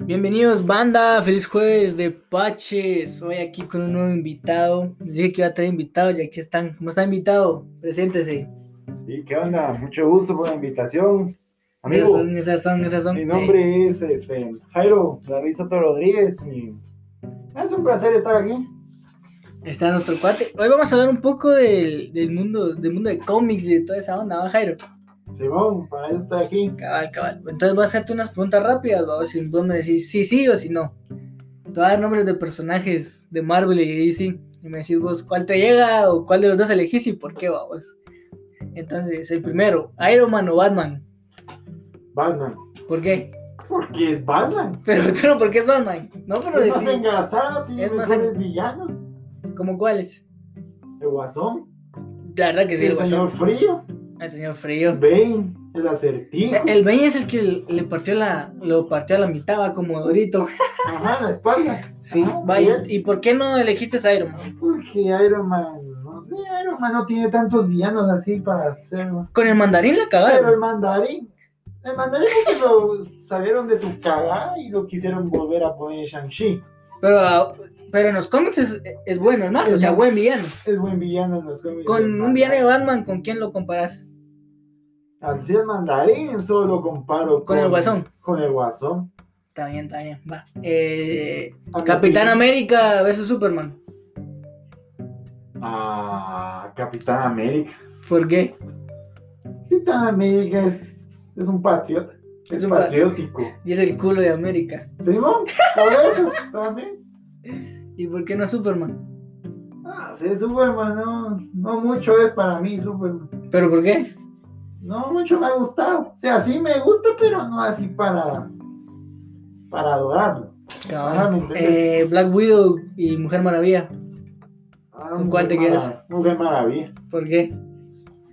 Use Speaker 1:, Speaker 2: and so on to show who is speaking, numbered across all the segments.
Speaker 1: Bienvenidos banda, feliz jueves de Paches. Hoy aquí con un nuevo invitado. Les dije que iba a traer invitados y aquí están. ¿Cómo está invitado? Preséntese.
Speaker 2: ¿Y qué onda? Mucho gusto por la invitación.
Speaker 1: Esas
Speaker 2: Amigo,
Speaker 1: son, esas son, esas son.
Speaker 2: mi nombre es este, Jairo David Soto Rodríguez y es un placer estar aquí.
Speaker 1: Eh, está nuestro cuate. Hoy vamos a hablar un poco del, del mundo, del mundo de cómics y de toda esa onda, ¿va, Jairo?
Speaker 2: Simón, para eso estoy aquí.
Speaker 1: Cabal, cabal. Entonces voy a hacerte unas preguntas rápidas, ¿va? Si vos me decís sí, sí o si no. Te voy a dar nombres de personajes de Marvel y DC. Y me decís vos cuál te llega o cuál de los dos elegís y por qué, va, vos. Entonces, el primero, Iron Man o Batman.
Speaker 2: Batman.
Speaker 1: ¿Por qué?
Speaker 2: ¿Por qué es Batman?
Speaker 1: Pero solo porque es Batman. No, pero
Speaker 2: Es más
Speaker 1: decís,
Speaker 2: engrasado, tiene
Speaker 1: Es más
Speaker 2: mejores villanos.
Speaker 1: ¿cómo cuáles?
Speaker 2: El Guasón,
Speaker 1: La verdad que sí, el
Speaker 2: el
Speaker 1: Guasón.
Speaker 2: Señor Frío,
Speaker 1: El señor frío.
Speaker 2: Bane, el Acertijo,
Speaker 1: El Bane es el que le partió la, lo partió a la mitad, va como Dorito.
Speaker 2: ajá, la espalda.
Speaker 1: Sí,
Speaker 2: Ah,
Speaker 1: va, ¿y,
Speaker 2: bien.
Speaker 1: y por qué no elegiste a Iron Man?
Speaker 2: Porque Iron Man, no sé, Iron Man no tiene tantos villanos así para hacerlo.
Speaker 1: Con el mandarín la
Speaker 2: Pero
Speaker 1: cagaron.
Speaker 2: el mandarín, el mandarín porque lo salieron de su cagada y lo quisieron volver a poner en Shang-Chi.
Speaker 1: Pero, ah, pero en los cómics es, es bueno, el malo, o sea, buen villano.
Speaker 2: Es buen villano en los cómics. El
Speaker 1: Con un
Speaker 2: mandarín.
Speaker 1: villano de Batman, ¿con quién lo comparas?
Speaker 2: Así es mandarín, solo lo comparo
Speaker 1: Con el Guasón.
Speaker 2: Con el guasón.
Speaker 1: Está bien, está bien, va. Eh,
Speaker 2: A mi
Speaker 1: Capitán
Speaker 2: opinión-
Speaker 1: América versus Superman.
Speaker 2: Ah, Capitán América.
Speaker 1: ¿Por qué?
Speaker 2: Capitán América es, es un patriota. Es,
Speaker 1: Es un pa-
Speaker 2: patriótico.
Speaker 1: Y es el culo de América.
Speaker 2: Simón, por eso también.
Speaker 1: ¿Y por qué no Superman?
Speaker 2: Ah, sí, Superman, no, no mucho es para mí, Superman.
Speaker 1: ¿Pero por qué?
Speaker 2: No mucho me ha gustado. O sea, sí me gusta, pero no así para para adorarlo. Ah, me
Speaker 1: Cabrón.
Speaker 2: entiendes.
Speaker 1: Eh, Black Widow y Mujer Maravilla.
Speaker 2: Ah,
Speaker 1: ¿Con cuál te
Speaker 2: Mujer
Speaker 1: quedas?
Speaker 2: Mara- Mujer Maravilla.
Speaker 1: ¿Por qué?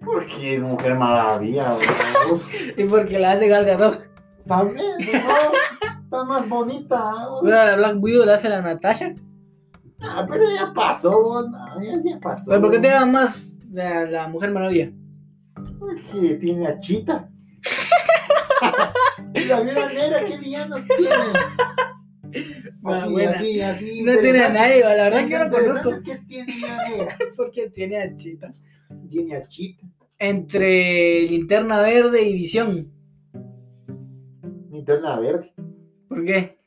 Speaker 2: ¿Por qué Mujer Maravilla? bro?
Speaker 1: Y porque la hace Gal Gadot.
Speaker 2: También, ¿no? Está más bonita. bro.
Speaker 1: Bueno, la Black Widow la hace la Natasha.
Speaker 2: Ah, pero ya pasó, bro. No, Ah, ya, ya pasó.
Speaker 1: ¿Pero por qué te
Speaker 2: bro.
Speaker 1: da más la, la Mujer Maravilla?
Speaker 2: Porque tiene a Chita. Y la viuda negra, ¿qué villanos tiene?
Speaker 1: Ah,
Speaker 2: Así,
Speaker 1: buena.
Speaker 2: así, así.
Speaker 1: No tiene a nadie, la verdad que yo
Speaker 2: no
Speaker 1: no conozco.
Speaker 2: Es que tiene viuda negra.
Speaker 1: Porque tiene a Chita.
Speaker 2: Tiene a Chita.
Speaker 1: Entre Linterna Verde y Visión.
Speaker 2: Linterna verde.
Speaker 1: ¿Por qué?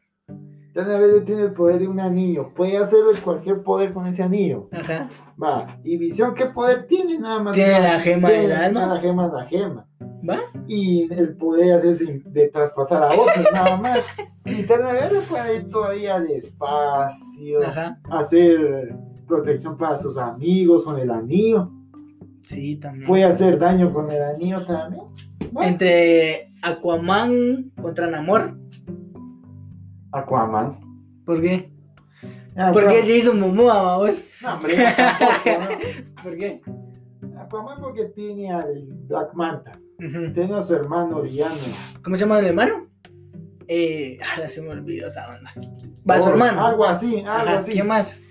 Speaker 2: Linterna verde tiene el poder de un anillo. Puede hacer cualquier poder con ese anillo.
Speaker 1: Ajá.
Speaker 2: Va. Y visión, ¿qué poder tiene? Nada más.
Speaker 1: Tiene
Speaker 2: Nada-
Speaker 1: la gema
Speaker 2: tiene
Speaker 1: del alma.
Speaker 2: La gema es la gema.
Speaker 1: ¿Va?
Speaker 2: Y el poder hacerse de traspasar a otros, nada más. Linterna verde puede ir todavía al espacio.
Speaker 1: Ajá.
Speaker 2: Hacer protección para sus amigos con el anillo.
Speaker 1: Sí, también.
Speaker 2: Puede hacer daño con el anillo también. Bueno,
Speaker 1: Entre Aquaman contra Namor.
Speaker 2: Aquaman.
Speaker 1: ¿Por qué?
Speaker 2: Ah,
Speaker 1: ¿Por qué
Speaker 2: Aquaman.
Speaker 1: Jason Momoa, vamos?
Speaker 2: No, hombre, tampoco, ¿no?
Speaker 1: ¿Por qué?
Speaker 2: Aquaman porque tiene al Black Manta,
Speaker 1: Ujú.
Speaker 2: tiene a su hermano villano.
Speaker 1: ¿Cómo se llama el hermano? Eh, ala, se me olvidó esa banda. Va su
Speaker 2: O
Speaker 1: hermano.
Speaker 2: Algo así, algo
Speaker 1: Ajá,
Speaker 2: así.
Speaker 1: ¿Qué más?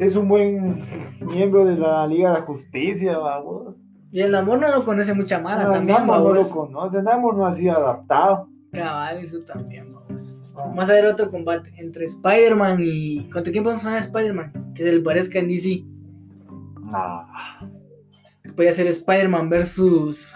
Speaker 2: Es un buen miembro de la Liga de la Justicia, vamos.
Speaker 1: Y el amor no lo conoce mucha mara Ah, también,
Speaker 2: Namor no lo
Speaker 1: babos.
Speaker 2: conoce, Namor no ha sido adaptado.
Speaker 1: Cabal, eso también, babos.
Speaker 2: Ah.
Speaker 1: Vamos a ver otro combate entre Spider-Man y. ¿Contra quién podemos poner a Spider-Man? Que se le parezca en DC.
Speaker 2: Nah.
Speaker 1: Voy a hacer Spider-Man versus.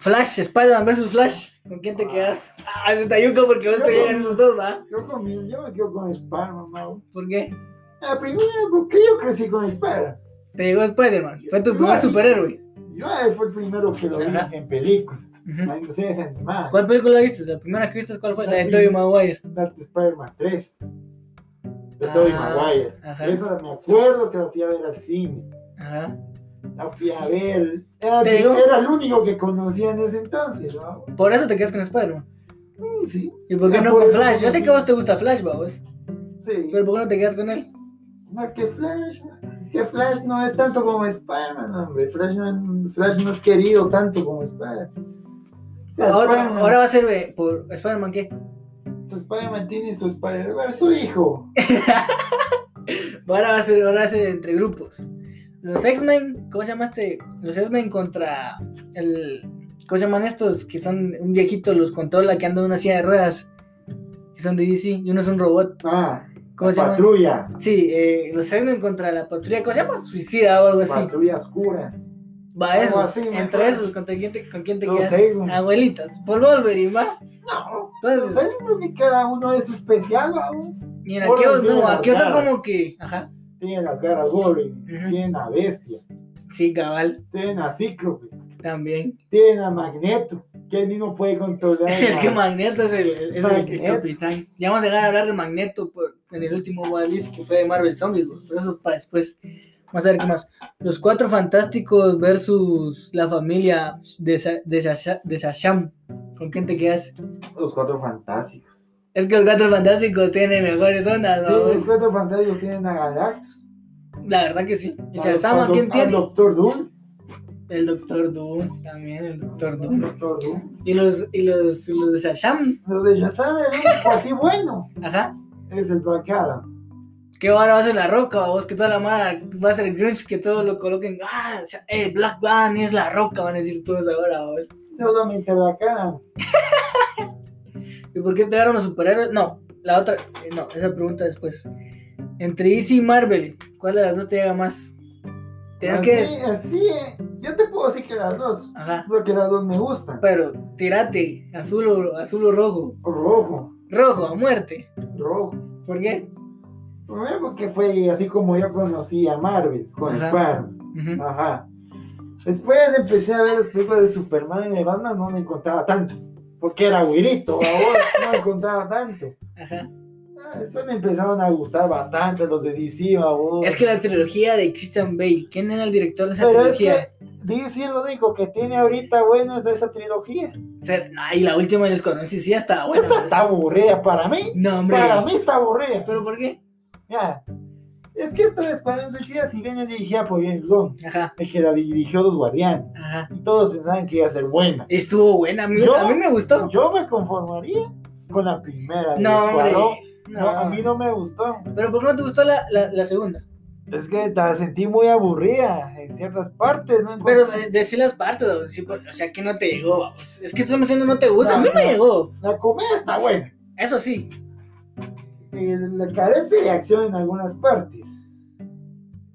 Speaker 1: Flash, Spider-Man versus Flash. ¿Con quién te quedas? Ah, se te yuca porque vos te llegan esos dos, ¿va?
Speaker 2: Yo, con mi- yo me quedo con Spider-Man, Ah, vamos.
Speaker 1: ¿Por qué?
Speaker 2: La primera, porque yo crecí con Spider.
Speaker 1: Te llegó Spider-Man. Fue tu primer superhéroe.
Speaker 2: Yo eh, fue el primero que lo vi
Speaker 1: Ajá.
Speaker 2: en películas,
Speaker 1: Ujú.
Speaker 2: en series animadas.
Speaker 1: ¿Cuál película viste? La primera que viste, ¿cuál fue? La
Speaker 2: Ah,
Speaker 1: de Tobey Maguire.
Speaker 2: La de Spider-Man 3, de Tobey
Speaker 1: Ah,
Speaker 2: Maguire.
Speaker 1: Ajá.
Speaker 2: Esa me acuerdo que la fui a ver al cine.
Speaker 1: Ajá.
Speaker 2: La fui a ver. Era,
Speaker 1: ¿Te llegó?
Speaker 2: era el único que conocía en ese entonces, ¿no?
Speaker 1: Por eso te quedas con Spider-Man.
Speaker 2: Mm, Sí,
Speaker 1: ¿Y por qué
Speaker 2: Ya,
Speaker 1: no
Speaker 2: por
Speaker 1: con
Speaker 2: eso
Speaker 1: Flash? Yo sé
Speaker 2: sí.
Speaker 1: que a vos te gusta Flash, babos.
Speaker 2: sí.
Speaker 1: Pero ¿por qué no te quedas con él?
Speaker 2: No, que Flash. Es que Flash no es tanto como Spider-Man, hombre. Flash no, es- Flash no es querido tanto como Spider-Man. O sea,
Speaker 1: Ahora,
Speaker 2: Spider-Man-
Speaker 1: ahora va a ser eh, por Spider-Man qué?
Speaker 2: Spider-Man tiene su Spider-Man, su hijo.
Speaker 1: Ahora va a ser, ahora va a ser entre grupos. Los X-Men, ¿cómo se llama este? Los X-Men contra el. ¿Cómo se llaman estos? Que son un viejito, los controla, que andan en una silla de ruedas. que son de DC, y uno es un robot.
Speaker 2: Ah,
Speaker 1: ¿Cómo
Speaker 2: la
Speaker 1: se llama?
Speaker 2: patrulla.
Speaker 1: Sí, eh, los X-Men contra la patrulla, ¿cómo se llama? Suicida o algo así.
Speaker 2: Patrulla oscura.
Speaker 1: Va, esos,
Speaker 2: algo así, me
Speaker 1: entre
Speaker 2: acuerdo.
Speaker 1: esos, ¿con quién te, con quién te
Speaker 2: Los
Speaker 1: quedas?
Speaker 2: X-Men.
Speaker 1: Abuelitas, por Wolverine, va.
Speaker 2: No, pues
Speaker 1: Entonces,
Speaker 2: ahí creo que cada uno es especial, vamos.
Speaker 1: y en
Speaker 2: Por
Speaker 1: aquellos,
Speaker 2: los
Speaker 1: no,
Speaker 2: niños,
Speaker 1: aquellos son
Speaker 2: claro.
Speaker 1: como que, ajá,
Speaker 2: Tienen las garras Wolverine,
Speaker 1: Ujú.
Speaker 2: tienen a Bestia,
Speaker 1: sí, cabal,
Speaker 2: tienen a Cíclope,
Speaker 1: también.
Speaker 2: tienen a Magneto, que él mismo puede controlar.
Speaker 1: Es que
Speaker 2: a-
Speaker 1: Magneto es el, el- es el- el
Speaker 2: Magneto.
Speaker 1: capitán. Ya vamos a llegar a hablar de Magneto por- en el último What If, que fue de Marvel Zombies, güey, pero eso es para después. Vamos a ver qué más. Los cuatro fantásticos versus la familia de, Sa- de, Sasha- de Sasham. ¿Con quién te quedas?
Speaker 2: Los cuatro fantásticos.
Speaker 1: Es que los cuatro fantásticos tienen mejores ondas,
Speaker 2: Sí,
Speaker 1: ¿no?
Speaker 2: los cuatro fantásticos tienen a Galactus.
Speaker 1: La verdad que sí. ¿Y
Speaker 2: a
Speaker 1: Shazam a
Speaker 2: los-
Speaker 1: quién
Speaker 2: al
Speaker 1: tiene?
Speaker 2: Doctor Doom.
Speaker 1: El Doctor Doom, también el Doctor Doom.
Speaker 2: Doctor Doom.
Speaker 1: Y los, y los, y los de Sasham,
Speaker 2: Los de Shazam, el único así bueno
Speaker 1: ajá.
Speaker 2: es el Black Adam.
Speaker 1: ¿Qué vara vas en la roca? Vos que toda la mala va a ser grunge que todos lo coloquen. Ah, o sea, eh, Black Van es la roca, van a decir todos ahora vos.
Speaker 2: Solamente Black Adam.
Speaker 1: ¿Y por qué entregaron los superhéroes? No, la otra, eh, no, esa pregunta después. Entre DC y Marvel, ¿cuál de las dos te llega más? Tienes que.
Speaker 2: Así, así, eh, yo te puedo decir que las dos,
Speaker 1: Ajá.
Speaker 2: porque las dos me gustan.
Speaker 1: Pero tirate, azul o, azul o rojo.
Speaker 2: Rojo,
Speaker 1: Rojo, a muerte.
Speaker 2: rojo.
Speaker 1: ¿Por qué?
Speaker 2: Primero porque fue así como yo conocí a Marvel con
Speaker 1: Ajá.
Speaker 2: Spider-Man.
Speaker 1: Ujú.
Speaker 2: Ajá. Después empecé a ver las películas de Superman y de Batman, no me contaba tanto. Porque era güirito, ahora no me contaba tanto.
Speaker 1: Ajá.
Speaker 2: Ah, Después me empezaron a gustar bastante los de DC, babos.
Speaker 1: Es que la trilogía de Christian Bale, ¿quién era el director de esa
Speaker 2: Pero es
Speaker 1: trilogía?
Speaker 2: que DC lo único que tiene ahorita bueno es de esa trilogía.
Speaker 1: Ser- Ay, la última desconocí, sí, hasta buena.
Speaker 2: esa
Speaker 1: pues.
Speaker 2: está aburrida para mí.
Speaker 1: No, hombre.
Speaker 2: Para mí está aburrida.
Speaker 1: ¿Pero por qué?
Speaker 2: Ya. Es que esta de Spider-Man Suicida, si bien es dirigida por James Gunn,
Speaker 1: Ajá,
Speaker 2: el que la dirigió Los Guardianes.
Speaker 1: ajá.
Speaker 2: y todos pensaban que iba a ser buena.
Speaker 1: Estuvo buena, a mí,
Speaker 2: ¿Yo?
Speaker 1: a mí me gustó.
Speaker 2: Yo me conformaría con la primera. de
Speaker 1: no, hombre.
Speaker 2: Escuadrón.
Speaker 1: No.
Speaker 2: No, a mí no me gustó.
Speaker 1: Pero ¿por qué no te gustó la, la, la segunda?
Speaker 2: Es que la sentí muy aburrida en ciertas partes. ¿no?
Speaker 1: Pero de, decir las partes, don, sí, por- o sea, que no te llegó. vamos. Es que estás diciendo no te gusta, a mí
Speaker 2: No,
Speaker 1: me
Speaker 2: no.
Speaker 1: llegó.
Speaker 2: La comedia está buena.
Speaker 1: Eso sí.
Speaker 2: eh, la carece de acción en algunas partes.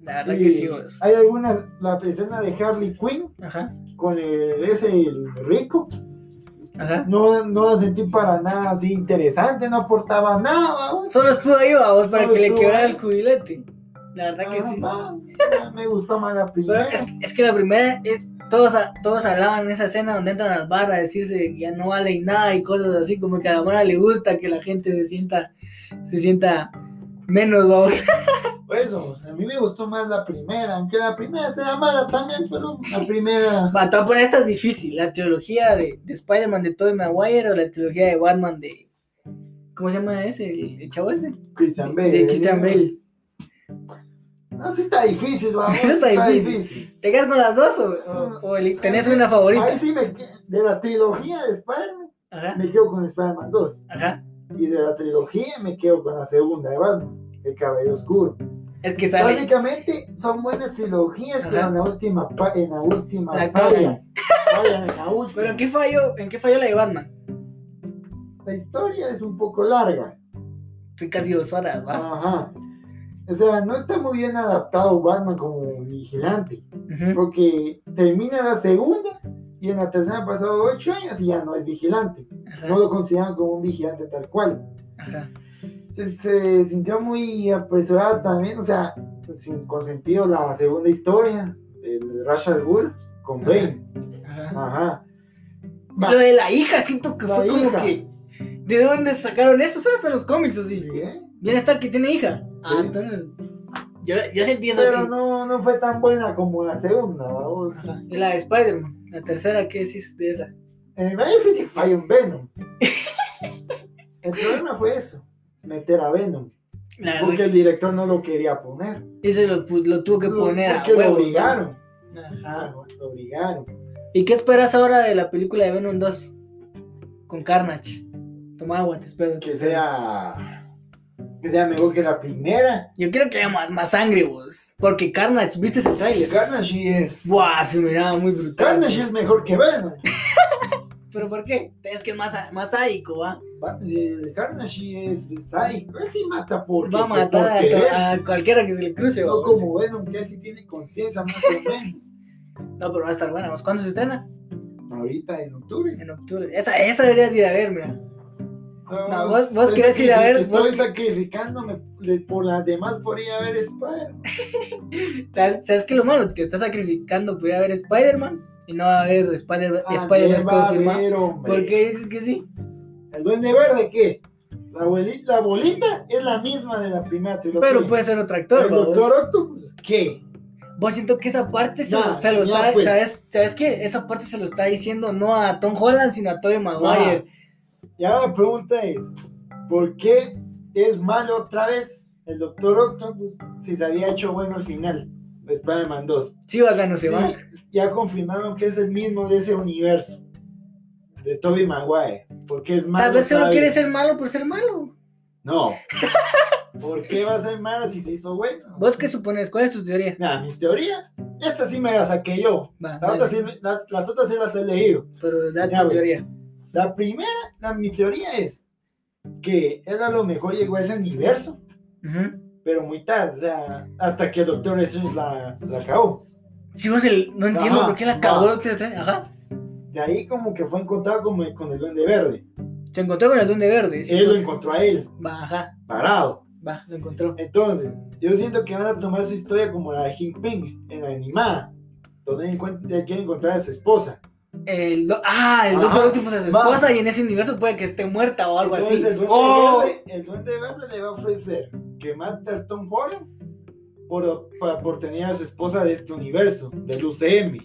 Speaker 1: La verdad
Speaker 2: Y
Speaker 1: que sí, vos.
Speaker 2: Hay algunas, la escena de Harley Quinn
Speaker 1: Ajá,
Speaker 2: con el- ese el rico.
Speaker 1: ajá.
Speaker 2: No, no la sentí para nada así interesante, no aportaba nada. vamos.
Speaker 1: Solo estuvo ahí, vos, para
Speaker 2: Solo
Speaker 1: que le
Speaker 2: estuvo
Speaker 1: quebrara
Speaker 2: ahí.
Speaker 1: el cubilete. La verdad que
Speaker 2: Ah,
Speaker 1: sí.
Speaker 2: va, Me gustó más la
Speaker 1: Pero
Speaker 2: primera.
Speaker 1: es, que- es que la primera, es- todos, a- todos hablaban en esa escena donde entran al bar a decirse que ya no vale nada y cosas así, como que a la mala le gusta que la gente se sienta, se sienta menos vamos.
Speaker 2: Por Eso, o sea, a mí me gustó más la primera, aunque la primera sea mala también, pero la primera.
Speaker 1: Va, te voy a poner esta es difícil, la trilogía de, de Spider-Man de Tobey Maguire o la trilogía de Batman de... ¿Cómo se llama ese? ¿El, el chavo ese?
Speaker 2: Christian Bale.
Speaker 1: de Christian Bale.
Speaker 2: No, sí está difícil, vamos.
Speaker 1: Eso está
Speaker 2: está,
Speaker 1: difícil.
Speaker 2: difícil.
Speaker 1: ¿Te quedas con las dos o, o- o el- tenés una favorita?
Speaker 2: Ahí sí me que- De la trilogía de Spider-Man,
Speaker 1: Ajá,
Speaker 2: me quedo con Spider-Man 2.
Speaker 1: ajá.
Speaker 2: Y de la trilogía, me quedo con la segunda de Batman, El Cabello Oscuro.
Speaker 1: Es que sale...
Speaker 2: Básicamente, son buenas trilogías,
Speaker 1: Ajá.
Speaker 2: pero en la última. pa- En la última.
Speaker 1: La
Speaker 2: fallan. Fallan en la última.
Speaker 1: ¿Pero en qué falló, en qué falló la de Batman?
Speaker 2: La historia es un poco larga.
Speaker 1: Sí, Casi dos horas, ¿va?
Speaker 2: Ajá. O sea, no está muy bien adaptado Batman como vigilante,
Speaker 1: Ujú.
Speaker 2: porque termina la segunda y en la tercera han pasado ocho años y ya no es vigilante.
Speaker 1: Ajá,
Speaker 2: No lo consideran como un vigilante tal cual.
Speaker 1: ajá.
Speaker 2: Se, se sintió muy apresurada también, o sea, sin consentido la segunda historia, el Rush al Bull con
Speaker 1: Ajá.
Speaker 2: Bane.
Speaker 1: ajá.
Speaker 2: Ajá.
Speaker 1: Y Lo de la hija, siento que
Speaker 2: Ah. La
Speaker 1: fue como
Speaker 2: hija.
Speaker 1: que. ¿De dónde sacaron eso? Solo están los cómics, o sí.
Speaker 2: Bien,
Speaker 1: Bien está que tiene hija. Ah,
Speaker 2: Sí.
Speaker 1: entonces. Yo, yo sentí eso
Speaker 2: Pero
Speaker 1: así.
Speaker 2: no, no fue tan buena como la segunda, vamos.
Speaker 1: Ajá. Y la de Spider-Man, la tercera, ¿qué decís de esa?
Speaker 2: En el difícil falló un Venom. El problema fue eso, meter a Venom.
Speaker 1: La
Speaker 2: Porque
Speaker 1: verdad.
Speaker 2: el director no lo quería poner.
Speaker 1: Y se lo, pu- lo tuvo que poner
Speaker 2: Porque
Speaker 1: a
Speaker 2: lo
Speaker 1: huevo.
Speaker 2: obligaron. Ah,
Speaker 1: Ajá.
Speaker 2: lo obligaron.
Speaker 1: ¿Y qué esperas ahora de la película de Venom 2? Con Carnage. Toma agua, te espero.
Speaker 2: Que sea. Que sea mejor que la primera.
Speaker 1: Yo quiero que haya más, más sangre, vos. Porque Carnage, ¿viste el
Speaker 2: Y
Speaker 1: trailer?
Speaker 2: Carnage es.
Speaker 1: Buah, se miraba muy brutal.
Speaker 2: Carnage es mejor que Venom.
Speaker 1: ¿Pero por qué? Es que es más, más sádico, ¿va?
Speaker 2: Va- El Carnage es sádico, él sí mata porque
Speaker 1: Va a matar
Speaker 2: por
Speaker 1: a,
Speaker 2: querer.
Speaker 1: to- a cualquiera que se le cruce,
Speaker 2: No
Speaker 1: ¿va?
Speaker 2: como Venom, que él sí tiene conciencia más o menos.
Speaker 1: No, pero va a estar buena. ¿vos? ¿Cuándo se estrena?
Speaker 2: Ahorita en octubre.
Speaker 1: En octubre. Esa, esa deberías ir a ver, mira.
Speaker 2: Ah,
Speaker 1: vos- vos
Speaker 2: estoy
Speaker 1: querés ir a ver,
Speaker 2: Estoy
Speaker 1: vos-
Speaker 2: sacrificándome de- por las demás por ir a ver Spider.
Speaker 1: ¿Sabes, ¿Sabes qué lo malo? Que está sacrificando. Podría haber Spider-Man y no va a haber Spider- Ah, Spider-Man
Speaker 2: También Ah, va a
Speaker 1: confirmado.
Speaker 2: haber, hombre.
Speaker 1: ¿Por qué dices que sí?
Speaker 2: ¿El Duende Verde qué? La, abuelita, la bolita es la misma de la primera trilogía.
Speaker 1: Pero pues, puede ser otro actor,
Speaker 2: ¿El
Speaker 1: ¿va?
Speaker 2: Doctor Octopus pues, qué?
Speaker 1: Vos siento que esa parte se,
Speaker 2: Ya,
Speaker 1: lo- se lo
Speaker 2: ya,
Speaker 1: está.
Speaker 2: pues.
Speaker 1: ¿sabes, ¿Sabes qué? Esa parte se lo está diciendo no a Tom Holland, sino a Tobey Maguire.
Speaker 2: Ah. Va. Y ahora la pregunta es, ¿por qué es malo otra vez el Doctor Octopus si se había hecho bueno al final de Spider-Man 2?
Speaker 1: Sí, acá no se
Speaker 2: Sí,
Speaker 1: va.
Speaker 2: Ya confirmaron que es el mismo de ese universo, de Tobey Maguire. ¿Por qué es malo?
Speaker 1: Tal vez solo
Speaker 2: otra
Speaker 1: quiere
Speaker 2: vez?
Speaker 1: ser malo por ser malo.
Speaker 2: No. ¿Por qué va a ser malo si se hizo bueno?
Speaker 1: ¿Vos qué supones? ¿Cuál es tu teoría?
Speaker 2: Mira, mi teoría, esta sí me la saqué yo.
Speaker 1: Va,
Speaker 2: La otra
Speaker 1: dale,
Speaker 2: sí me- la- las otras sí las he leído.
Speaker 1: pero da
Speaker 2: Ya,
Speaker 1: tu
Speaker 2: güey.
Speaker 1: teoría.
Speaker 2: La primera, la- mi teoría es que él a lo mejor llegó a ese universo,
Speaker 1: Ujú.
Speaker 2: pero muy tarde, o sea, hasta que el Doctor Strange la, la acabó.
Speaker 1: Si vos el- no entiendo
Speaker 2: Ajá,
Speaker 1: por qué la
Speaker 2: va.
Speaker 1: cagó Doctor Strange. Ajá.
Speaker 2: De ahí como que fue encontrado con el, con el Duende Verde.
Speaker 1: Se encontró con el Duende Verde. sí, pues.
Speaker 2: Él lo
Speaker 1: vos-
Speaker 2: encontró a él,
Speaker 1: Va, ajá.
Speaker 2: parado.
Speaker 1: Va, lo encontró.
Speaker 2: Entonces, yo siento que van a tomar su historia como la de Jinping, en la animada, donde encuent- él quiere encontrar a su esposa.
Speaker 1: El do- ah, el
Speaker 2: Ajá,
Speaker 1: Doctor Octopus a su
Speaker 2: va.
Speaker 1: esposa y en ese universo puede que esté muerta o algo
Speaker 2: Entonces,
Speaker 1: así.
Speaker 2: El duende,
Speaker 1: ¡Oh!
Speaker 2: verde, el Duende Verde le va a ofrecer que mate a Tom Holland por, pa- por tener a su esposa de este universo, del UCM.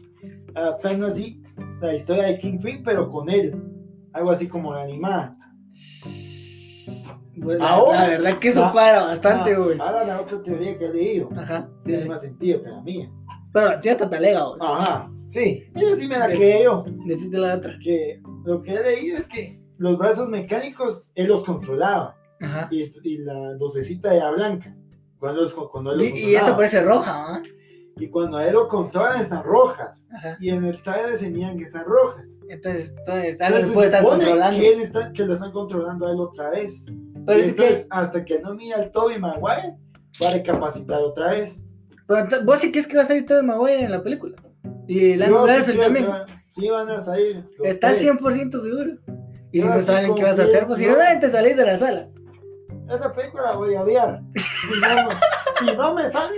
Speaker 2: Adaptando así la historia de Kingpin, pero con él. Algo así como la animada.
Speaker 1: Pues, la,
Speaker 2: Ahora-
Speaker 1: la verdad que eso
Speaker 2: va.
Speaker 1: cuadra bastante, güey.
Speaker 2: Ahora la otra teoría que he leído.
Speaker 1: Ajá.
Speaker 2: Tiene
Speaker 1: dale.
Speaker 2: más Ah. sentido que la mía.
Speaker 1: Pero ya está talega, güey.
Speaker 2: Ajá. Sí, esa sí me la
Speaker 1: Sí.
Speaker 2: creé yo.
Speaker 1: Deciste la otra.
Speaker 2: Que lo que he leído es que los brazos mecánicos él los controlaba.
Speaker 1: Ajá.
Speaker 2: Y, y la lucecita era blanca. Cuando, los- cuando él los
Speaker 1: Y, y esta
Speaker 2: controlaba.
Speaker 1: parece roja, ¿ah?
Speaker 2: Y cuando a él lo controlan están rojas.
Speaker 1: Ajá.
Speaker 2: Y en el trailer enseñan que están rojas.
Speaker 1: Entonces, entonces alguien
Speaker 2: Entonces
Speaker 1: puede estar
Speaker 2: supone
Speaker 1: controlando.
Speaker 2: Que, él está, que lo están controlando a él otra vez.
Speaker 1: Pero,
Speaker 2: Y
Speaker 1: es
Speaker 2: entonces,
Speaker 1: que,
Speaker 2: hasta que no mira al Toby Maguire, va a recapacitar otra vez.
Speaker 1: pero ent- vos sí crees que va a salir todo de Maguire en la película. Y
Speaker 2: Yo
Speaker 1: Landon
Speaker 2: sí
Speaker 1: Garfield
Speaker 2: creo
Speaker 1: también.
Speaker 2: que va- sí van a salir. los
Speaker 1: Estás
Speaker 2: tres.
Speaker 1: 100% seguro. Y
Speaker 2: Yo
Speaker 1: si no
Speaker 2: así
Speaker 1: saben qué vas a
Speaker 2: confío,
Speaker 1: hacer, pues si
Speaker 2: yo-
Speaker 1: no saben, te salís de la sala.
Speaker 2: Esa película la voy a odiar. Si no, si no me sale,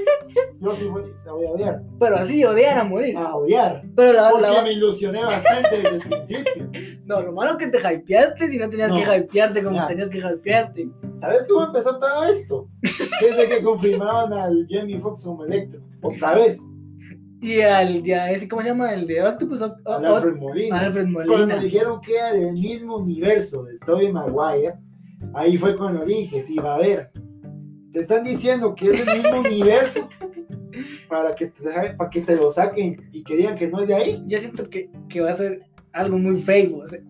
Speaker 2: yo sí voy- la voy a odiar.
Speaker 1: Pero así odiar a morir.
Speaker 2: A odiar.
Speaker 1: Pero la,
Speaker 2: Porque
Speaker 1: la-
Speaker 2: me ilusioné bastante desde el principio.
Speaker 1: No, lo malo que te hypeaste si no tenías
Speaker 2: No.
Speaker 1: que hypearte como
Speaker 2: Ya.
Speaker 1: tenías que hypearte.
Speaker 2: ¿Sabes cómo empezó todo esto? Desde que confirmaban al Jamie Foxx como Electro. Otra vez.
Speaker 1: Y al, ya, ese, ¿cómo se llama? El de Octopus. Oc- o-
Speaker 2: Al
Speaker 1: o-
Speaker 2: Alfred Molina.
Speaker 1: Alfred
Speaker 2: Cuando
Speaker 1: Molina.
Speaker 2: dijeron que era del mismo universo del Tobey Maguire, ahí fue cuando dije, sí, va a ver. Te están diciendo que es del mismo universo para que, te, deja- para que te lo saquen y que digan que no es de ahí.
Speaker 1: Yo siento que, que va a ser algo muy fake, o sea,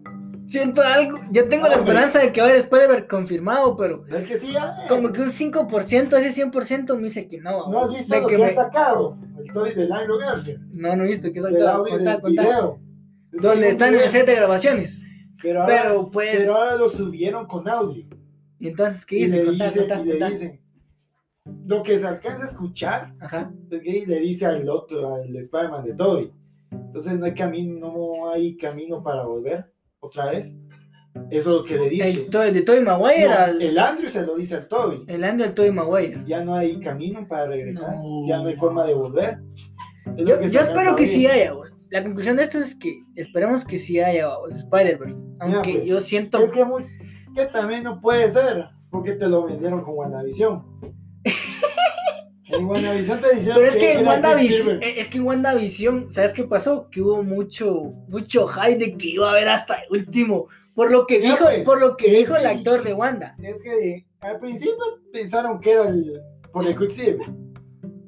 Speaker 1: Siento algo. Yo tengo la
Speaker 2: Hombre.
Speaker 1: esperanza de que va a haber Spider-Man confirmado, pero
Speaker 2: Es que sí, ya, eh,
Speaker 1: como que un 5%, ese 100% me dice que no.
Speaker 2: no has
Speaker 1: de
Speaker 2: visto lo que,
Speaker 1: me-
Speaker 2: ha sacado el Tobey del Andrew Garfield,
Speaker 1: No, no he visto que es
Speaker 2: del
Speaker 1: acá.
Speaker 2: audio y
Speaker 1: Contá,
Speaker 2: del
Speaker 1: contá.
Speaker 2: video. Es que
Speaker 1: Donde
Speaker 2: hay un
Speaker 1: están en
Speaker 2: video,
Speaker 1: el set de grabaciones.
Speaker 2: Pero ahora,
Speaker 1: Pero pues.
Speaker 2: pero ahora lo subieron con audio.
Speaker 1: ¿Y entonces qué
Speaker 2: Y
Speaker 1: dice?
Speaker 2: le
Speaker 1: Contá,
Speaker 2: dice,
Speaker 1: contá,
Speaker 2: y le
Speaker 1: contá.
Speaker 2: dice, lo que se alcanza a escuchar,
Speaker 1: Ajá.
Speaker 2: ok, y le dice al otro, al Spider-Man de Toby. Entonces no hay camino, no hay camino para volver otra vez. Eso es lo que le dice.
Speaker 1: El, to- de Tobey Maguire
Speaker 2: No,
Speaker 1: al.
Speaker 2: el Andrew se lo dice al Toby.
Speaker 1: El Andrew al Tobey Maguire.
Speaker 2: Ya no hay camino para regresar.
Speaker 1: No.
Speaker 2: Ya no hay forma de volver. Es lo
Speaker 1: Yo,
Speaker 2: que se
Speaker 1: yo
Speaker 2: alcanza
Speaker 1: espero
Speaker 2: a
Speaker 1: que
Speaker 2: oír.
Speaker 1: sí haya, güey. La conclusión de esto es que esperemos que sí haya güey, Spider-Verse. Aunque
Speaker 2: pues.
Speaker 1: yo siento
Speaker 2: Es que, muy- es que también no puede ser. Porque te lo vendieron con WandaVision. en WandaVision te dijeron
Speaker 1: Pero es que, en
Speaker 2: era
Speaker 1: WandaVision,
Speaker 2: Quicksilver.
Speaker 1: eh, es que en WandaVision, ¿sabes qué pasó? Que hubo mucho, mucho hype de que iba a haber hasta el último. Por lo que
Speaker 2: Ya,
Speaker 1: dijo,
Speaker 2: pues,
Speaker 1: por lo que
Speaker 2: es
Speaker 1: dijo el
Speaker 2: que-
Speaker 1: actor de Wanda.
Speaker 2: Es que al principio pensaron que era el por el Quicksilver.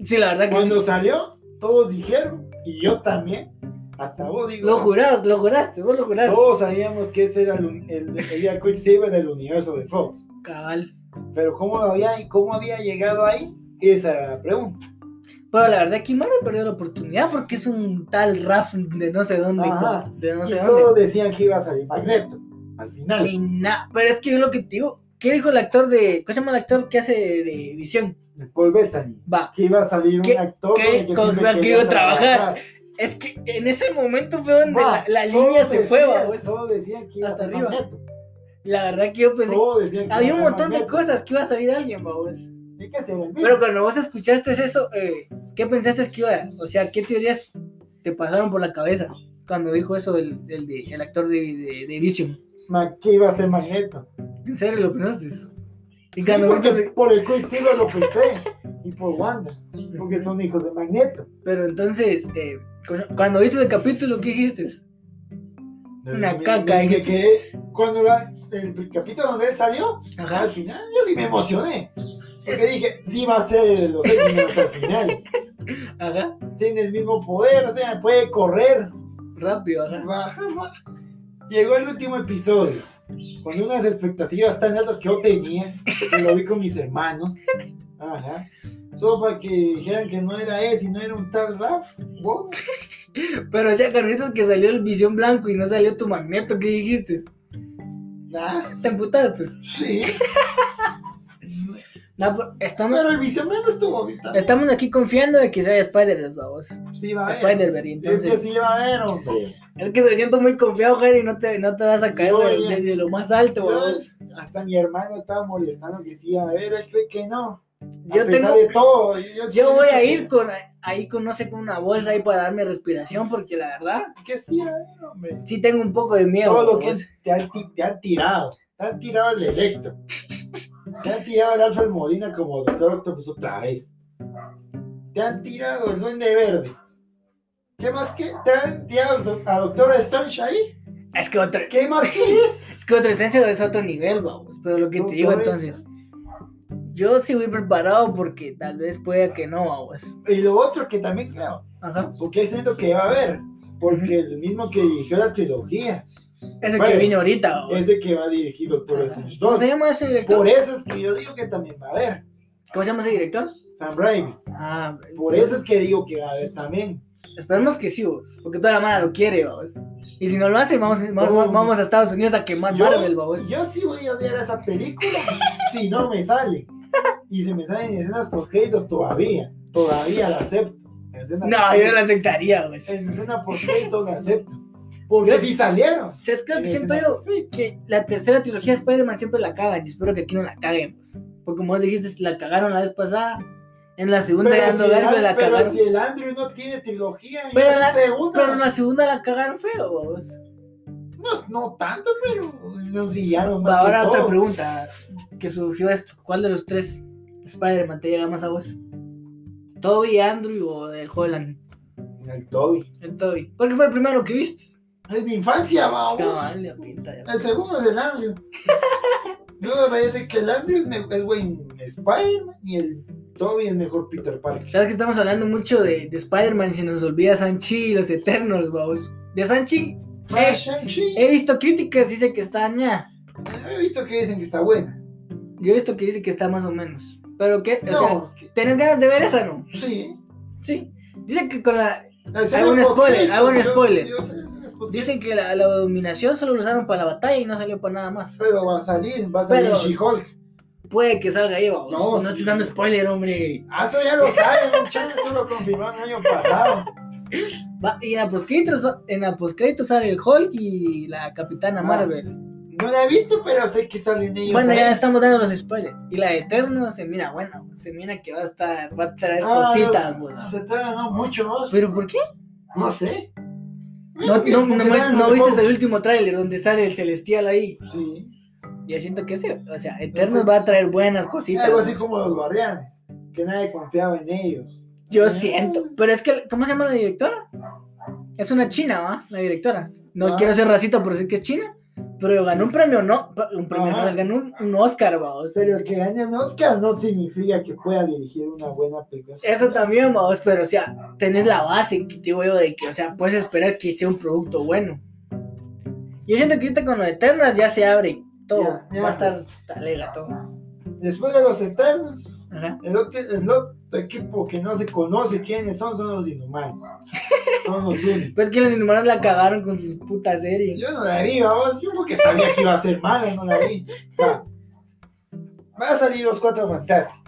Speaker 1: Sí, la verdad que
Speaker 2: Cuando salió, todos dijeron, y yo también, hasta vos
Speaker 1: sí.
Speaker 2: digo,
Speaker 1: lo jurás, lo juraste, vos lo juraste.
Speaker 2: todos sabíamos que ese era el, un- el, el Quicksilver del universo de Fox.
Speaker 1: Cabal.
Speaker 2: Pero cómo lo había, cómo había llegado ahí, esa era la pregunta.
Speaker 1: Pero la verdad que Marvel perdió la oportunidad porque es un tal Raf de no sé dónde.
Speaker 2: Ajá.
Speaker 1: con- de no
Speaker 2: Y
Speaker 1: sé dónde.
Speaker 2: todos decían que iba a salir Magneto al final.
Speaker 1: Ni na- Pero es que yo lo que te digo, ¿qué dijo el actor de. ¿Cómo se llama el actor que hace de visión?
Speaker 2: de Paul Bettany.
Speaker 1: Va.
Speaker 2: Que iba a salir
Speaker 1: ¿Qué-
Speaker 2: un actor
Speaker 1: qué-
Speaker 2: con el que
Speaker 1: con
Speaker 2: sí
Speaker 1: cuál
Speaker 2: me
Speaker 1: que iba a
Speaker 2: quería
Speaker 1: trabajar? Es que en ese momento fue donde
Speaker 2: Va,
Speaker 1: la, la
Speaker 2: todos
Speaker 1: línea se fue,
Speaker 2: decían-
Speaker 1: va, vos.
Speaker 2: Todos decían que iba
Speaker 1: Hasta
Speaker 2: a ser
Speaker 1: arriba.
Speaker 2: Magneto.
Speaker 1: La verdad que yo pensé.
Speaker 2: Todos decían que
Speaker 1: Había
Speaker 2: iba
Speaker 1: un
Speaker 2: a ser
Speaker 1: montón de
Speaker 2: Magneto.
Speaker 1: cosas que iba a salir alguien, va, vos.
Speaker 2: Y que se era el mismo.
Speaker 1: Pero cuando vos escuchaste eso, eh, ¿qué pensaste que iba? a- O sea, ¿qué teorías te pasaron por la cabeza cuando dijo eso el, el, de- el actor de, de, de Vision?
Speaker 2: Ma- que iba a ser Magneto.
Speaker 1: ¿En serio lo pensaste? Y
Speaker 2: Sí,
Speaker 1: cuando vos
Speaker 2: porque
Speaker 1: te-
Speaker 2: por el Quicksilver lo pensé. y por Wanda. Porque son hijos de Magneto.
Speaker 1: Pero entonces, eh, cu- cuando viste el capítulo, ¿qué dijiste? Una
Speaker 2: Me-
Speaker 1: caca,
Speaker 2: me- me
Speaker 1: dije.
Speaker 2: quedé- Cuando la- el capítulo donde él salió, al
Speaker 1: Ajá.
Speaker 2: final, yo sí me emocioné. Porque dije, sí va a ser el de los X-Men hasta el final.
Speaker 1: Ajá.
Speaker 2: Tiene el mismo poder, o sea, puede correr.
Speaker 1: Rápido, ajá.
Speaker 2: Baja, baja. Llegó el último episodio con unas expectativas tan altas que yo tenía, que lo vi con mis hermanos. Ajá. Solo para que dijeran que no era ese y no era un tal Raf. Wow.
Speaker 1: Pero o sea, cuando viste que salió el Visión Blanco y no salió tu magneto, ¿qué dijiste?
Speaker 2: Nah,
Speaker 1: ¿Te emputaste?
Speaker 2: sí.
Speaker 1: No, pero estamos,
Speaker 2: Pero el visión no estuvo ahorita.
Speaker 1: estamos aquí confiando de que sea Spider, los babos.
Speaker 2: Sí, va a haber.
Speaker 1: Spider-Man, y
Speaker 2: Es
Speaker 1: entonces.
Speaker 2: que sí va a haber, hombre.
Speaker 1: Es que te siento muy confiado, Jair, y no te, no te vas a caer
Speaker 2: No,
Speaker 1: de-
Speaker 2: ya.
Speaker 1: desde lo más alto, babos.
Speaker 2: Hasta mi hermano estaba molestando que sí iba a haber, él cree que no. A
Speaker 1: Yo
Speaker 2: pesar
Speaker 1: tengo.
Speaker 2: de todo, yo,
Speaker 1: Yo voy a ir con ahí con, no sé, con una bolsa ahí para darme respiración, porque la verdad,
Speaker 2: Que sí va a haber, hombre.
Speaker 1: sí tengo un poco de miedo.
Speaker 2: todo lo que
Speaker 1: babos.
Speaker 2: te han, ti- te han tirado. Te han tirado el electro. Te han tirado el Alfred Molina como Doctor Octopus otra vez. Te han tirado el Duende Verde. ¿Qué más que? ¿Te han tirado do- a Doctor Strange ahí?
Speaker 1: Es que otro,
Speaker 2: ¿Qué más que es?
Speaker 1: es que otro intenso es otro nivel, vamos. Pero lo que te digo
Speaker 2: Doctor
Speaker 1: entonces, yo sí voy preparado porque tal vez pueda que no, vamos.
Speaker 2: Y lo otro que también, claro,
Speaker 1: Ajá.
Speaker 2: porque siento que va a haber, porque el mismo que dirigió la trilogía,
Speaker 1: Ese que
Speaker 2: Vale.
Speaker 1: vino ahorita, babos.
Speaker 2: ese que va a dirigir Doctor Strange
Speaker 1: ¿Cómo
Speaker 2: 2.
Speaker 1: se llama ese
Speaker 2: Por
Speaker 1: director?
Speaker 2: eso es que yo digo que también va a haber
Speaker 1: ¿Cómo se llama ese director?
Speaker 2: Sam Raimi.
Speaker 1: Ah,
Speaker 2: Por eso es que digo que va a haber también.
Speaker 1: Esperemos que sí, vos, porque toda la mara lo quiere, vos. Y si no lo hace, vamos, vamos,
Speaker 2: Oh.
Speaker 1: vamos a Estados Unidos a quemar
Speaker 2: Yo-
Speaker 1: Marvel, vos.
Speaker 2: Pues Yo sí voy a odiar esa película si no me sale. Y si me salen escenas post créditos todavía. Todavía la acepto. En escena
Speaker 1: No, yo no la aceptaría, vos.
Speaker 2: En escena post créditos la acepto. Porque
Speaker 1: Yo-
Speaker 2: si salieron.
Speaker 1: ¿Sabes qué?
Speaker 2: en
Speaker 1: Que siento
Speaker 2: escena
Speaker 1: yo
Speaker 2: post-crédito.
Speaker 1: que la tercera trilogía de Spider-Man siempre la cagan y espero que aquí no la caguen, vos. Porque como vos dijiste, la cagaron la vez pasada. En la segunda
Speaker 2: Pero
Speaker 1: ya
Speaker 2: si
Speaker 1: no
Speaker 2: el
Speaker 1: Garfield
Speaker 2: An-
Speaker 1: la
Speaker 2: pero
Speaker 1: cagaron.
Speaker 2: si el Andrew no tiene trilogía, y
Speaker 1: Pero
Speaker 2: es
Speaker 1: la-
Speaker 2: segunda.
Speaker 1: Pero en la segunda la cagaron feo, vos.
Speaker 2: no, no tanto, pero nos guiaron más. que
Speaker 1: Ahora
Speaker 2: todo.
Speaker 1: otra pregunta que surgió esto. ¿Cuál de los tres Spider-Man te llega más a vos? ¿Toby, Andrew o el Holland?
Speaker 2: El Toby.
Speaker 1: El Toby. Porque fue el primero que viste.
Speaker 2: Es mi infancia, vamos.
Speaker 1: Cabal, le pinta ya.
Speaker 2: El segundo es el Andrew. Yo me parece que el Andrew es me- el buen Spider-Man y el Toby el mejor Peter Parker.
Speaker 1: Sabes que estamos hablando mucho de, de Spider-Man y se nos olvida Sanchi y los Eternos, vamos. De Sanchi
Speaker 2: Para
Speaker 1: Eh,
Speaker 2: Shang-Chi,
Speaker 1: he visto críticas, dice que está ña.
Speaker 2: he visto que dicen que está buena.
Speaker 1: Yo he visto que dice que está más o menos. Pero que, o
Speaker 2: no,
Speaker 1: sea,
Speaker 2: es que-
Speaker 1: ¿tenés ganas de ver esa, no?
Speaker 2: sí.
Speaker 1: Sí. Dice que con la.
Speaker 2: La escena
Speaker 1: Algún
Speaker 2: post-crédito,
Speaker 1: spoiler, algún
Speaker 2: yo-
Speaker 1: spoiler.
Speaker 2: yo sé, escenas post-crédito.
Speaker 1: Dicen que la, la dominación solo lo usaron para la batalla y no salió para nada más.
Speaker 2: Pero va a salir, va a salir
Speaker 1: Pero-
Speaker 2: She-Hulk.
Speaker 1: Puede que salga ahí, vamos. No,
Speaker 2: No,
Speaker 1: no
Speaker 2: sí.
Speaker 1: estoy dando spoiler, hombre.
Speaker 2: Ah, eso ya lo saben, muchachos, eso lo confirmaron el año pasado.
Speaker 1: Va- y en la postcrédito sa- en la postcrédito sale el Hulk y la Capitana
Speaker 2: Ah.
Speaker 1: Marvel.
Speaker 2: No la he visto, pero sé que salen ellos.
Speaker 1: Bueno,
Speaker 2: ahí.
Speaker 1: ya estamos dando los spoilers. Y la de Eterno se mira bueno, se mira que va a estar, va a traer
Speaker 2: Ah,
Speaker 1: cositas,
Speaker 2: los-
Speaker 1: pues.
Speaker 2: Se trata, no mucho, ¿no?
Speaker 1: Pero ¿por qué?
Speaker 2: No sé.
Speaker 1: No,
Speaker 2: Porque-
Speaker 1: no,
Speaker 2: porque
Speaker 1: no,
Speaker 2: salen
Speaker 1: no
Speaker 2: los
Speaker 1: viste
Speaker 2: pocos.
Speaker 1: el último tráiler donde sale el celestial ahí.
Speaker 2: Sí.
Speaker 1: Yo siento que sí. O sea, Eterno
Speaker 2: Ese-
Speaker 1: va a traer buenas cositas.
Speaker 2: Pues Algo así
Speaker 1: pues.
Speaker 2: como los guardianes, que nadie confiaba en ellos.
Speaker 1: Yo
Speaker 2: Ah.
Speaker 1: siento. Pero es que, ¿cómo se llama la directora? Es una china, ¿va? La directora. No
Speaker 2: Ah.
Speaker 1: quiero ser racista por decir que es china. Pero ganó un premio, no. Un premio,
Speaker 2: Ajá.
Speaker 1: no. Ganó un, un Oscar, vamos.
Speaker 2: Pero el que gane un Oscar no significa que pueda dirigir una buena película.
Speaker 1: Eso también, vamos, pero o sea, tenés la base, que te digo yo, de que, o sea, puedes esperar que sea un producto bueno. Yo siento que ahorita con los Eternas ya se abre todo,
Speaker 2: Ya, ya.
Speaker 1: va a estar talega todo.
Speaker 2: Después de los Eternos,
Speaker 1: Ajá.
Speaker 2: El otro, el otro equipo que no se conoce quiénes son, son los inhumanos. Son los únicos.
Speaker 1: Pues que los inhumanos la cagaron con sus putas series.
Speaker 2: Yo no la vi, vamos. Yo porque sabía que iba a ser mala, no la vi. Va. Va a salir los cuatro fantásticos.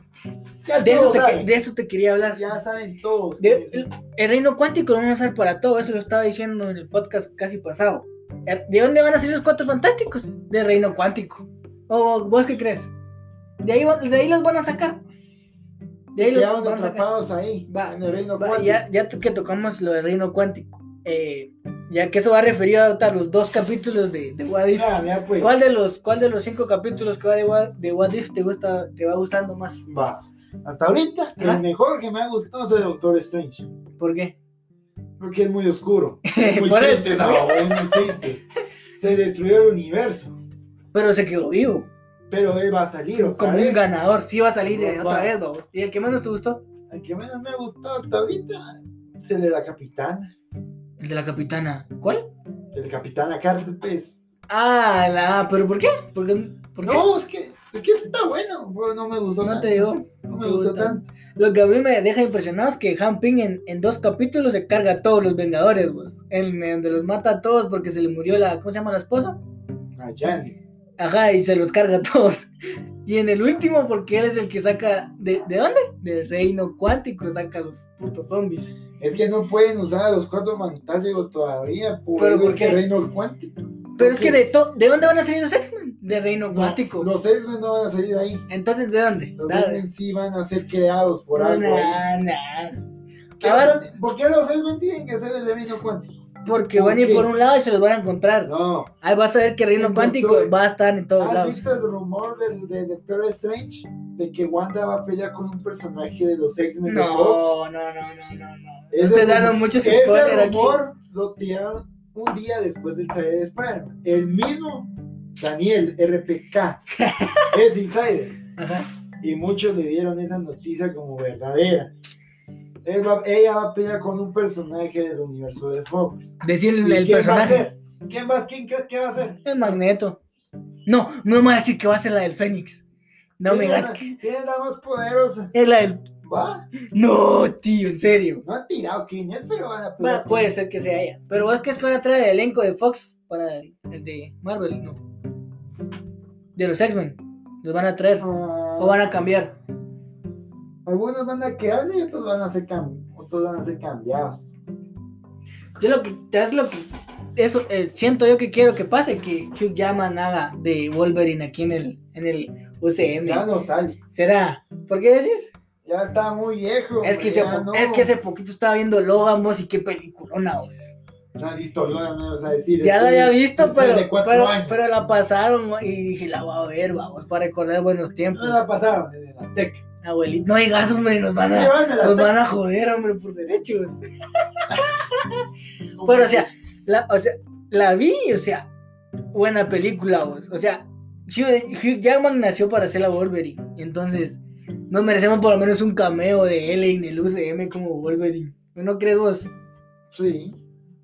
Speaker 2: Ya
Speaker 1: De eso,
Speaker 2: todos
Speaker 1: te, que-
Speaker 2: saben.
Speaker 1: de eso te quería hablar.
Speaker 2: Ya saben todos.
Speaker 1: De-
Speaker 2: quiénes son.
Speaker 1: El reino cuántico lo van a usar para todo, eso lo estaba diciendo en el podcast casi pasado. Er, ¿De dónde van a salir los cuatro fantásticos? Del reino cuántico. ¿O vos qué crees? De ahí, va- de ahí los van a sacar. De ahí los
Speaker 2: Quedaron
Speaker 1: van a sacar.
Speaker 2: atrapados ahí.
Speaker 1: Va,
Speaker 2: en el reino
Speaker 1: Va,
Speaker 2: cuántico.
Speaker 1: ya, ya que tocamos lo del reino cuántico, eh, ya que eso va referido a los dos capítulos de, de What If.
Speaker 2: Ah, ya, pues.
Speaker 1: ¿Cuál de los, cuál de los cinco capítulos que va de What, de What If te, gusta, te va gustando más?
Speaker 2: Va. Hasta ahorita,
Speaker 1: Ajá.
Speaker 2: el mejor que me ha gustado es el Doctor Strange.
Speaker 1: ¿Por qué?
Speaker 2: Porque es muy oscuro. Es muy
Speaker 1: Por eso.
Speaker 2: triste, esa babona, es muy triste. Se destruyó el universo.
Speaker 1: Pero se quedó vivo,
Speaker 2: Pero él va a salir otra
Speaker 1: como un
Speaker 2: vez.
Speaker 1: ganador, sí va a salir eh,
Speaker 2: Va.
Speaker 1: otra vez, vamos. ¿Y el que menos te gustó?
Speaker 2: El que menos me ha gustado hasta ahorita es el de la capitana.
Speaker 1: El de la capitana. ¿Cuál?
Speaker 2: El capitana Carter, pues.
Speaker 1: Ah, la, pero ¿por qué? ¿Por qué? ¿Por qué?
Speaker 2: No, es que, es que ese está bueno. pero No me gustó
Speaker 1: No
Speaker 2: tanto.
Speaker 1: te digo.
Speaker 2: No me
Speaker 1: te
Speaker 2: gustó
Speaker 1: gusta.
Speaker 2: tanto.
Speaker 1: Lo que a mí me deja impresionado es que Han Ping en, en dos capítulos se carga a todos los Vengadores, vos. En, en donde los mata a todos porque se le murió la, ¿cómo se llama la esposa?
Speaker 2: A Janet.
Speaker 1: Ajá, y se los carga a todos. Y en el último porque él es el que saca, ¿de, de dónde? Del reino cuántico saca a los putos zombies.
Speaker 2: Es que no pueden usar a los cuatro fantásticos todavía. Por
Speaker 1: Pero
Speaker 2: eso
Speaker 1: ¿por
Speaker 2: es que
Speaker 1: qué?
Speaker 2: Reino Cuántico.
Speaker 1: Pero es que
Speaker 2: Ok.
Speaker 1: de to- ¿de dónde van a salir los X-Men? Del reino cuántico.
Speaker 2: Los seis no van a salir de ahí.
Speaker 1: Entonces, ¿de dónde?
Speaker 2: Los
Speaker 1: Da-
Speaker 2: X-Men sí van a ser creados por
Speaker 1: No,
Speaker 2: algo. ahí.
Speaker 1: na, na.
Speaker 2: ¿Qué
Speaker 1: Ahora-
Speaker 2: tan- ¿Por qué los X-Men tienen que ser el reino cuántico?
Speaker 1: Porque van a ir
Speaker 2: Ok.
Speaker 1: por un lado y se los van a encontrar.
Speaker 2: No.
Speaker 1: Ahí vas a ver que el reino
Speaker 2: En Ah,
Speaker 1: cuántico
Speaker 2: doctor-
Speaker 1: va a estar en todos
Speaker 2: ¿Has
Speaker 1: lados.
Speaker 2: visto el rumor del, del Doctor Strange de que Wanda va a pelear con un personaje de los X-Men de Fox?
Speaker 1: No, no, no, no, no, no.
Speaker 2: Ese
Speaker 1: Estás
Speaker 2: es
Speaker 1: dando
Speaker 2: un-
Speaker 1: muchos spoilers
Speaker 2: Ese
Speaker 1: aquí.
Speaker 2: rumor lo tiraron un día después del trailer de Spider-Man. El mismo Daniel RPK es insider.
Speaker 1: Ajá.
Speaker 2: Y muchos le dieron esa noticia como verdadera. Él va- ella va a pelear con un personaje del universo de Fox. ¿Y
Speaker 1: Decirle el
Speaker 2: quién va a
Speaker 1: personaje.
Speaker 2: ser? ¿Quién más? ¿Quién crees que va a ser?
Speaker 1: El magneto. No, no me va a decir que va a ser la del Fénix. No me
Speaker 2: ¿Quién es
Speaker 1: digas
Speaker 2: la-
Speaker 1: que
Speaker 2: ¿Quién es la más poderosa?
Speaker 1: es la del.
Speaker 2: ¿Va?
Speaker 1: No, tío, en serio.
Speaker 2: No han tirado quién es, pero van a
Speaker 1: Bueno, pues,
Speaker 2: pelear.
Speaker 1: puede ser que sea ella. Pero vos crees que van a traer el elenco de Fox para el, el de Marvel, no. De los X-Men. Los van a traer.
Speaker 2: Ah,
Speaker 1: O van a cambiar.
Speaker 2: Algunos van a quedarse y otros van a ser, cam- otros van a ser cambiados.
Speaker 1: Yo lo que. te das lo que. Eso eh, siento yo que quiero que pase. Que Hugh Jackman haga de Wolverine aquí en el, en el UCM.
Speaker 2: Ya no sale.
Speaker 1: ¿Será? ¿Por qué decís?
Speaker 2: Ya está muy viejo.
Speaker 1: Es que,
Speaker 2: ya
Speaker 1: hace po-
Speaker 2: no.
Speaker 1: es que hace poquito estaba viendo Logan, vos, y qué peliculona, vos.
Speaker 2: No has visto Lola, me vas a decir.
Speaker 1: Ya la
Speaker 2: Estoy-
Speaker 1: había visto,
Speaker 2: después
Speaker 1: pero,
Speaker 2: de cuatro
Speaker 1: pero,
Speaker 2: años.
Speaker 1: pero la pasaron y dije, la voy a ver, vamos, para recordar buenos tiempos.
Speaker 2: No la pasaron en el Azteca.
Speaker 1: Abuelito, no digas, hombre, nos van
Speaker 2: Se
Speaker 1: a,
Speaker 2: van al
Speaker 1: nos
Speaker 2: Azteca.
Speaker 1: van a joder, hombre, por derechos. Pero,
Speaker 2: pues,
Speaker 1: o sea, la, o sea, la vi, o sea, buena película, vos. O sea, Hugh, Hugh Jackman nació para ser la Wolverine. Entonces, nos merecemos por lo menos un cameo de él en el UCM como Wolverine. ¿No crees vos?
Speaker 2: Sí.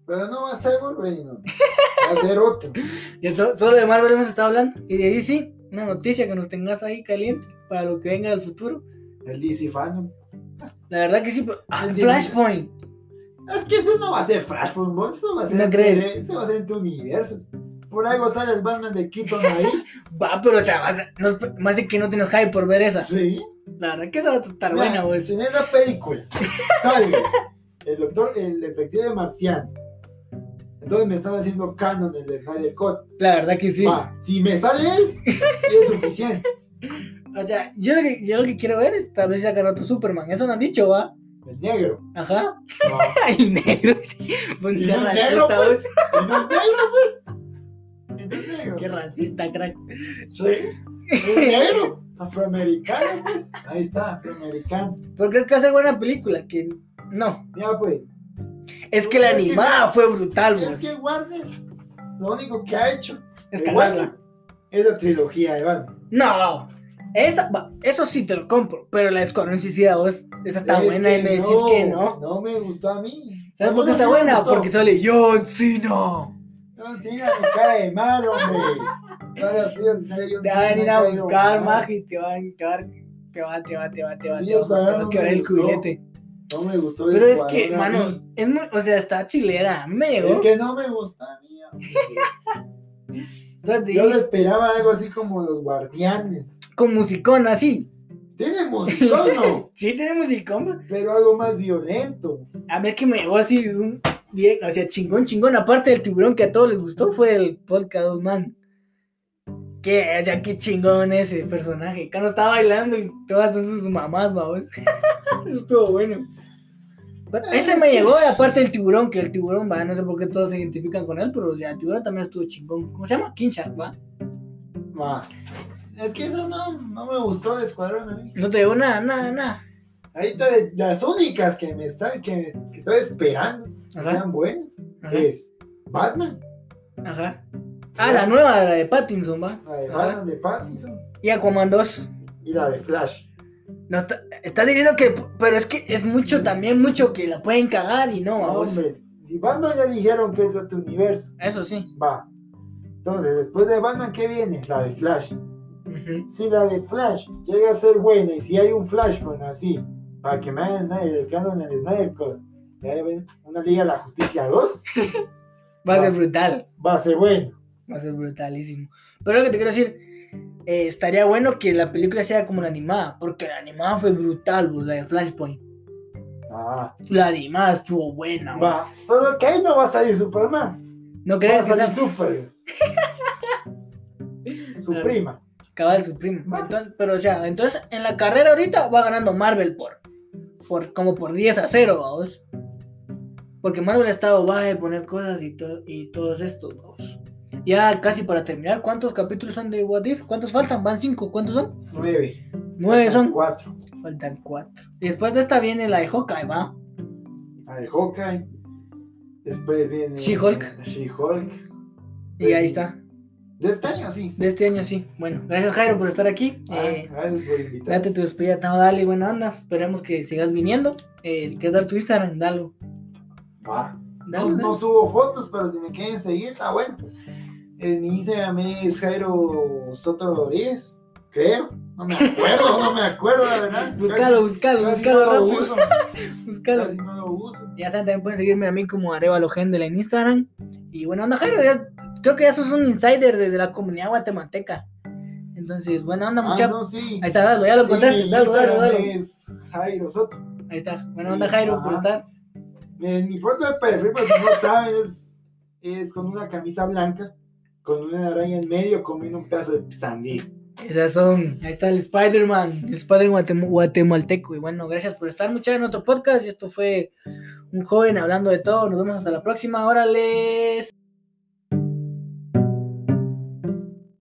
Speaker 2: Pero no va a ser Wolverine. no. Va a ser otro.
Speaker 1: Y esto- solo de Marvel hemos estado hablando. Y de ahí sí, una noticia que nos tengas ahí caliente para lo que venga del futuro.
Speaker 2: El DC Phantom.
Speaker 1: La verdad que sí, pero. Ah,
Speaker 2: El de-
Speaker 1: Flashpoint.
Speaker 2: Es que eso no va a ser Flash, pues, vos, eso va a ser,
Speaker 1: ¿No
Speaker 2: entre-
Speaker 1: crees?
Speaker 2: eso va a ser entre universos. Por algo sale el Batman de Keaton ahí.
Speaker 1: Va, pero o sea, vas a- no es- más de que no tienes hype por ver esa.
Speaker 2: sí.
Speaker 1: La verdad que esa va a estar
Speaker 2: Mira,
Speaker 1: buena, vos.
Speaker 2: si en esa película sale el doctor, el detective marciano. Entonces me están haciendo canon el de Snyder Cut.
Speaker 1: La verdad que sí.
Speaker 2: Va, si me sale él, y es suficiente.
Speaker 1: O sea, yo lo, que, yo lo que quiero ver es tal vez sacar otro Superman. Eso no han dicho, va.
Speaker 2: El negro.
Speaker 1: Ajá.
Speaker 2: No.
Speaker 1: Ay, negro. sí. Pues,
Speaker 2: Y
Speaker 1: ya
Speaker 2: no es
Speaker 1: racista,
Speaker 2: negro, pues.
Speaker 1: vos.
Speaker 2: Y no es negro, pues. Y no es negro.
Speaker 1: Qué racista, crack.
Speaker 2: Sí. Es negro. Afroamericano, pues. Ahí está, afroamericano.
Speaker 1: ¿Por qué es que va a ser buena película? Que no.
Speaker 2: Ya, pues.
Speaker 1: Es que la
Speaker 2: Es que-
Speaker 1: animada fue brutal,
Speaker 2: Es
Speaker 1: vos.
Speaker 2: que Warner, lo único que ha hecho
Speaker 1: Es
Speaker 2: de
Speaker 1: cagarla.
Speaker 2: Warner es la trilogía de Batman.
Speaker 1: No, esa, va, eso sí te lo compro, pero la desconocida vos, esa está
Speaker 2: Es
Speaker 1: buena y
Speaker 2: que
Speaker 1: me decís que no.
Speaker 2: No me gustó a mí.
Speaker 1: ¿Sabes por qué
Speaker 2: Algunos
Speaker 1: está
Speaker 2: sí me
Speaker 1: buena?
Speaker 2: gustó.
Speaker 1: Porque sale John Cena.
Speaker 2: John Cena me cae mal, hombre. Todas las vidas que sale John
Speaker 1: Te van a
Speaker 2: Cena
Speaker 1: ir a
Speaker 2: me cae
Speaker 1: buscar,
Speaker 2: mal.
Speaker 1: Maji, te van, te van, Te va, te va, te va, te va.
Speaker 2: Y
Speaker 1: Te va, te va
Speaker 2: Escuadrón
Speaker 1: a
Speaker 2: me
Speaker 1: quebrar el
Speaker 2: gustó.
Speaker 1: cubilete.
Speaker 2: No me gustó
Speaker 1: Pero es
Speaker 2: Escuadrón
Speaker 1: que,
Speaker 2: a
Speaker 1: mano,
Speaker 2: mí.
Speaker 1: es muy, o sea, está chilera. a mí Me llegó.
Speaker 2: Es que no me gusta, mía.
Speaker 1: Entonces,
Speaker 2: Yo le
Speaker 1: dijiste,
Speaker 2: esperaba algo así como los guardianes.
Speaker 1: con musicón así.
Speaker 2: Tiene musicón,
Speaker 1: Sí, tiene musicón.
Speaker 2: pero algo más violento.
Speaker 1: A ver que me llegó así un- bien, o sea, chingón, chingón. Aparte del tiburón que a todos les gustó fue el podcast Old Man. Que, o sea, qué chingón ese personaje. Cuando está bailando y todas son sus mamás, babos. Eso estuvo bueno. Bueno, ese me llegó, aparte del tiburón, que el tiburón va, no sé por qué todos se identifican con él, pero o sea, el tiburón también estuvo chingón. ¿Cómo se llama? King Shark, va.
Speaker 2: Ma, Ah, Es que eso no, no me gustó de Escuadrón a mí.
Speaker 1: No te llegó nada, nada, nada.
Speaker 2: Ahorita de- las únicas que me están, que, que estoy esperando que
Speaker 1: Ajá,
Speaker 2: sean buenas
Speaker 1: ajá,
Speaker 2: es Batman,
Speaker 1: ajá. Ah, la nueva, la de Pattinson, va.
Speaker 2: la de
Speaker 1: Ajá.
Speaker 2: Batman de Pattinson
Speaker 1: Y Aquaman 2.
Speaker 2: y la de Flash.
Speaker 1: No, está, está diciendo que. Pero es que es mucho también, mucho que la pueden cagar y no,
Speaker 2: No,
Speaker 1: vamos.
Speaker 2: hombre, si Batman ya dijeron que es de otro universo,
Speaker 1: Eso sí.
Speaker 2: va. Entonces, después de Batman, ¿qué viene? La de Flash.
Speaker 1: Ujú.
Speaker 2: Si la de Flash llega a ser buena y si hay un Flashman así, para que me hagan Snyder, el canon en el Snyder Cut, ya ven, una Liga de la Justicia 2,
Speaker 1: Va a ser
Speaker 2: Va.
Speaker 1: brutal.
Speaker 2: va a ser bueno.
Speaker 1: Va a ser brutalísimo. Pero lo que te quiero decir, eh, estaría bueno que la película sea como la animada. Porque la animada fue brutal, bro, la de Flashpoint.
Speaker 2: Ah,
Speaker 1: La animada estuvo buena,
Speaker 2: va.
Speaker 1: vos.
Speaker 2: Solo que ahí no va a salir Superman,
Speaker 1: ¿No
Speaker 2: va a
Speaker 1: crees que
Speaker 2: salir
Speaker 1: sea
Speaker 2: Superman. Su
Speaker 1: Claro.
Speaker 2: prima.
Speaker 1: cabal su primo?
Speaker 2: Va.
Speaker 1: Entonces, pero o sea, entonces en la carrera ahorita va ganando Marvel por. por como por 10 a 0, vamos. Porque Marvel ha estado baja de poner cosas y, todo y todos estos, vamos. Ya casi para terminar, ¿cuántos capítulos son de What If? ¿Cuántos faltan? ¿Van 5? ¿Cuántos son?
Speaker 2: 9.
Speaker 1: 9 son.
Speaker 2: Cuatro.
Speaker 1: Faltan 4. Y después de esta viene la de Hawkeye, va.
Speaker 2: A ver, Hawkeye. Después viene.
Speaker 1: She-Hulk.
Speaker 2: She-Hulk.
Speaker 1: Y ahí está.
Speaker 2: De este año, sí.
Speaker 1: De este año sí. Bueno, gracias Jairo por estar aquí.
Speaker 2: Ah,
Speaker 1: Eh,
Speaker 2: gracias por invitarme.
Speaker 1: Date tu despedida, no, dale, buena onda. Esperemos que sigas viniendo. Eh, ¿Quieres dar tu Instagram? Dalo.
Speaker 2: Va. Ah, No,
Speaker 1: Dalo,
Speaker 2: no
Speaker 1: dalo.
Speaker 2: subo fotos, pero si me quieren seguir, está bueno. Eh, mi Instagram es Jairo Soto Rodríguez, creo. No me acuerdo, no me acuerdo, la verdad.
Speaker 1: Búscalo,
Speaker 2: Casi-
Speaker 1: búscalo,
Speaker 2: casi
Speaker 1: búscalo
Speaker 2: no lo
Speaker 1: rápido.
Speaker 2: uso.
Speaker 1: Búscalo.
Speaker 2: Casi no lo uso.
Speaker 1: Ya saben, también pueden seguirme a mí como Arevalo Gendel en Instagram. Y bueno, onda, Jairo, ya- creo que ya sos un insider desde la comunidad guatemalteca. Entonces, buena onda,
Speaker 2: Ah,
Speaker 1: mucha.
Speaker 2: no, sí.
Speaker 1: Ahí está, dalo, ya lo
Speaker 2: Sí,
Speaker 1: encontraste.
Speaker 2: mi
Speaker 1: Dalo, dalo,
Speaker 2: Instagram
Speaker 1: dalo.
Speaker 2: Es Jairo Soto.
Speaker 1: Ahí está. Buena onda, Jairo, por
Speaker 2: Ajá.
Speaker 1: estar.
Speaker 2: Eh, mi foto de perfil, pues si no sabes, es con una camisa blanca, con una araña en medio, comiendo un pedazo de sandía.
Speaker 1: Esas son. Ahí está el Spider-Man, el Spider-Man guatem- guatemalteco. Y bueno, gracias por estar, muchachos, en otro podcast. Y esto fue un joven hablando de todo. Nos vemos hasta la próxima. Órale.